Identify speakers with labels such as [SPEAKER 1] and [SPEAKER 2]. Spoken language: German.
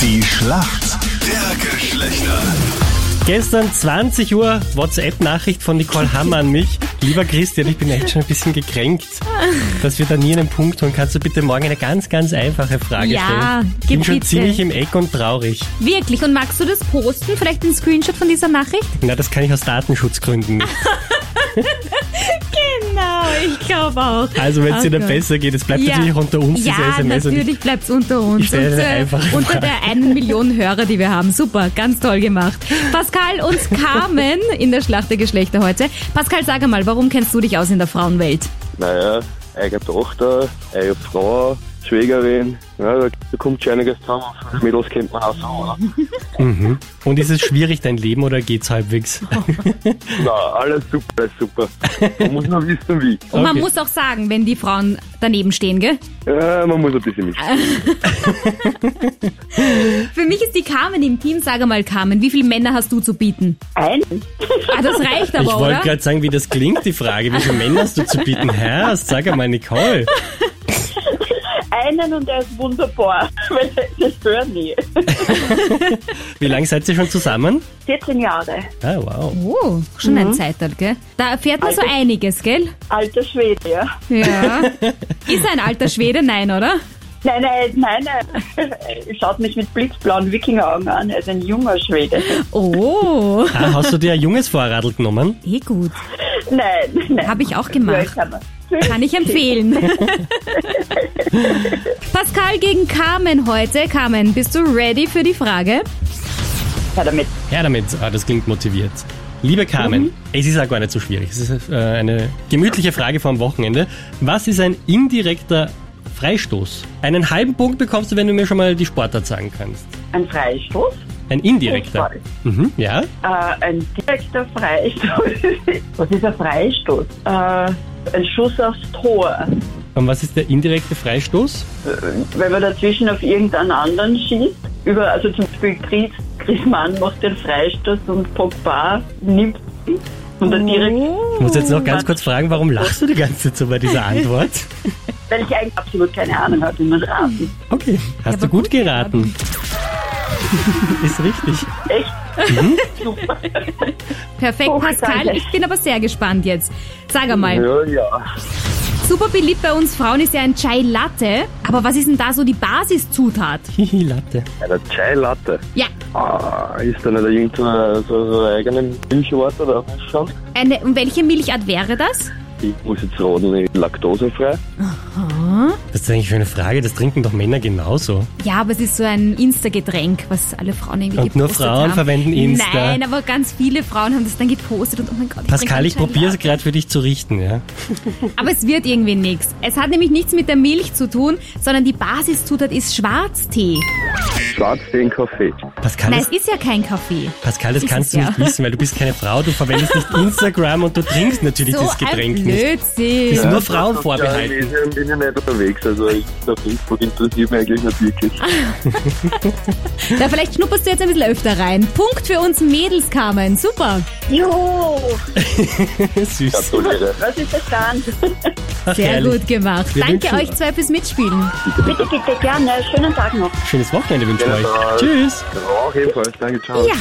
[SPEAKER 1] Die Schlacht der Geschlechter.
[SPEAKER 2] Gestern 20 Uhr WhatsApp-Nachricht von Nicole Hamm an mich. Lieber Christian, ich bin echt schon ein bisschen gekränkt, dass wir da nie einen Punkt holen. Kannst du bitte morgen eine ganz, ganz einfache Frage
[SPEAKER 3] Ja,
[SPEAKER 2] stellen? Ich
[SPEAKER 3] gib
[SPEAKER 2] bin schon
[SPEAKER 3] bitte.
[SPEAKER 2] ziemlich im Eck und traurig.
[SPEAKER 3] Wirklich? Und magst du das posten? Vielleicht einen Screenshot von dieser Nachricht?
[SPEAKER 2] Na, das kann ich aus Datenschutzgründen nicht.
[SPEAKER 3] Genau, ich glaube auch.
[SPEAKER 2] Also, wenn es
[SPEAKER 3] Oh
[SPEAKER 2] dir dann
[SPEAKER 3] Gott.
[SPEAKER 2] besser geht, es bleibt
[SPEAKER 3] Ja.
[SPEAKER 2] natürlich unter uns,
[SPEAKER 3] ja,
[SPEAKER 2] diese SMS. und
[SPEAKER 3] natürlich bleibt es unter uns.
[SPEAKER 2] Ich stelle
[SPEAKER 3] unter,
[SPEAKER 2] eine einfache
[SPEAKER 3] unter der einen Million Hörer, die wir haben. Super, ganz toll gemacht. Pascal und Carmen in der Schlacht der Geschlechter heute. Pascal, sag einmal, warum kennst du dich aus in der Frauenwelt?
[SPEAKER 4] Naja, eigene Tochter, eigene Frau, Schwägerin. Ja, da, da kommt schon einiges zusammen. Fünf Mädels kennt man auch so, oder?
[SPEAKER 2] Ich, und ist es schwierig, dein Leben, oder geht's halbwegs?
[SPEAKER 4] Na, alles super, alles super. Man muss nur wissen, wie.
[SPEAKER 3] Und man
[SPEAKER 2] Okay.
[SPEAKER 3] muss auch sagen, wenn die Frauen daneben stehen, gell?
[SPEAKER 4] Ja, man muss ein bisschen mit.
[SPEAKER 3] Für mich ist die Carmen im Team. Sag einmal, Carmen, wie viele Männer hast du zu bieten?
[SPEAKER 5] Ein?
[SPEAKER 3] Ah, das reicht aber,
[SPEAKER 2] Ich wollte
[SPEAKER 3] oder?
[SPEAKER 2] gerade sagen, wie das klingt, die Frage. Wie viele Männer hast du zu bieten hast? Sag einmal, Nicole.
[SPEAKER 5] Einen und der ist wunderbar, weil das hören nie.
[SPEAKER 2] Wie lange seid ihr schon zusammen?
[SPEAKER 5] 14 Jahre,
[SPEAKER 2] Ah, wow.
[SPEAKER 3] Oh, schon
[SPEAKER 2] Mhm.
[SPEAKER 3] ein Zeitalter, gell? Da erfährt
[SPEAKER 2] Also
[SPEAKER 3] man so einiges, gell?
[SPEAKER 5] alter Schwede, ja.
[SPEAKER 3] Ja. Ist er ein alter Schwede? Nein, oder?
[SPEAKER 5] Nein, nein, nein, nein. Er Schaut mich mit blitzblauen Wikingeraugen an, also ein junger Schwede.
[SPEAKER 3] Oh,
[SPEAKER 2] Ah, hast du dir ein junges Vorradl genommen?
[SPEAKER 3] eh gut.
[SPEAKER 5] Nein, nein.
[SPEAKER 3] Habe ich auch
[SPEAKER 5] Ja,
[SPEAKER 3] gemacht.
[SPEAKER 5] kann man.
[SPEAKER 3] Kann ich empfehlen. Pascal gegen Carmen heute. Carmen, bist du ready für die Frage?
[SPEAKER 5] Ja, damit.
[SPEAKER 2] Ja, damit. Ah, das klingt motiviert. Liebe Carmen, es ist auch gar nicht so schwierig. Es ist äh, eine gemütliche Frage vom Wochenende. Was ist ein indirekter Freistoß? Einen halben Punkt bekommst du, wenn du mir schon mal die Sportart sagen kannst.
[SPEAKER 5] Ein Freistoß?
[SPEAKER 2] Ein indirekter.
[SPEAKER 5] Fußball.
[SPEAKER 2] Mhm, ja?
[SPEAKER 5] Äh, ein direkter Freistoß. Was ist ein Freistoß? Äh, ein Schuss aufs Tor.
[SPEAKER 2] Und was ist der indirekte Freistoß?
[SPEAKER 5] wenn man dazwischen auf irgendeinen anderen schießt, über, also zum Beispiel Chris, Griezmann macht den Freistoß und Pogba nimmt ihn und dann direkt,
[SPEAKER 2] Ich muss jetzt noch ganz kurz fragen, warum lachst du die ganze Zeit so bei dieser Antwort?
[SPEAKER 5] weil ich eigentlich absolut keine Ahnung habe, wie man raten.
[SPEAKER 2] Okay, hast
[SPEAKER 3] aber
[SPEAKER 2] du gut
[SPEAKER 3] gut
[SPEAKER 2] geraten. ist richtig.
[SPEAKER 5] Echt? Super.
[SPEAKER 3] Perfekt,
[SPEAKER 5] Oh,
[SPEAKER 3] Pascal.
[SPEAKER 5] danke.
[SPEAKER 3] Ich bin aber sehr gespannt jetzt. Sag einmal,
[SPEAKER 4] Ja, ja.
[SPEAKER 3] super beliebt bei uns Frauen ist ja ein Chai Latte. Aber was ist denn da so die Basiszutat?
[SPEAKER 2] Hihi, Latte.
[SPEAKER 4] Eine Chai Latte.
[SPEAKER 3] Ja,
[SPEAKER 4] Ah, ist da nicht irgend so eine- so, so eine eigene Milchwort oder schon?
[SPEAKER 3] eine, und welche Milchart wäre das?
[SPEAKER 4] Ich muss jetzt roden, ich bin laktosefrei.
[SPEAKER 2] Das ist eigentlich für eine Frage, das trinken doch Männer genauso.
[SPEAKER 3] Ja, aber es ist so ein Insta-Getränk, was alle Frauen irgendwie
[SPEAKER 2] Und nur
[SPEAKER 3] gepostet
[SPEAKER 2] Frauen
[SPEAKER 3] haben.
[SPEAKER 2] verwenden Insta.
[SPEAKER 3] Nein, aber ganz viele Frauen haben das dann gepostet und oh mein Gott. ich
[SPEAKER 2] Pascal,
[SPEAKER 3] trinke
[SPEAKER 2] ich probiere es
[SPEAKER 3] anscheinend
[SPEAKER 2] gerade für dich zu richten, ja?
[SPEAKER 3] auch. Aber es wird irgendwie nichts. Es hat nämlich nichts mit der Milch zu tun, sondern die Basiszutat ist Schwarztee.
[SPEAKER 4] Schwarz den Kaffee.
[SPEAKER 2] Pascal,
[SPEAKER 3] Nein,
[SPEAKER 2] das,
[SPEAKER 3] es ist ja kein Kaffee.
[SPEAKER 2] Pascal, das
[SPEAKER 3] ist
[SPEAKER 2] kannst
[SPEAKER 3] es
[SPEAKER 2] du
[SPEAKER 3] ja.
[SPEAKER 2] nicht wissen, weil du bist keine Frau, du verwendest nicht Instagram und du trinkst natürlich
[SPEAKER 3] so
[SPEAKER 2] dieses Getränk
[SPEAKER 3] ein
[SPEAKER 2] nicht.
[SPEAKER 3] Blödsinn.
[SPEAKER 2] Ist nur Frauen
[SPEAKER 4] Ja,
[SPEAKER 2] vorbehalten.
[SPEAKER 4] ich lese- bin ja nicht unterwegs, also ich, der Facebook interessiert mich eigentlich nicht wirklich.
[SPEAKER 3] Da vielleicht schnupperst du jetzt ein bisschen öfter rein. Punkt für uns Mädels, Carmen. Super.
[SPEAKER 5] Jo,
[SPEAKER 2] Süß.
[SPEAKER 4] Gratuliere.
[SPEAKER 5] was ist das dann?
[SPEAKER 2] Ach,
[SPEAKER 3] Sehr
[SPEAKER 2] herrlich.
[SPEAKER 3] gut gemacht.
[SPEAKER 2] Wir
[SPEAKER 3] Danke
[SPEAKER 2] wünschen-
[SPEAKER 3] euch zwei fürs Mitspielen.
[SPEAKER 5] Bitte, bitte, gerne. Schönen Tag noch.
[SPEAKER 2] Schönes Wochenende wünsche ich
[SPEAKER 4] Genau.
[SPEAKER 2] euch. Tschüss.
[SPEAKER 4] Auch ebenfalls, danke, ciao.
[SPEAKER 3] Ja.